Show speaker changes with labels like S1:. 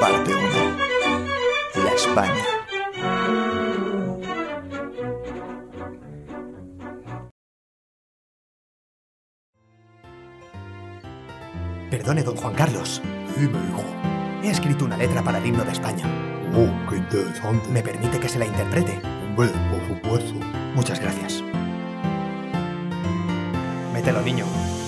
S1: Parte 1. La España. Perdone, don Juan Carlos.
S2: Dime, hijo.
S1: He escrito una letra para el himno de España.
S2: Oh, qué interesante.
S1: ¿Me permite que se la interprete?
S2: Hombre, por supuesto.
S1: Muchas gracias. Mételo, niño.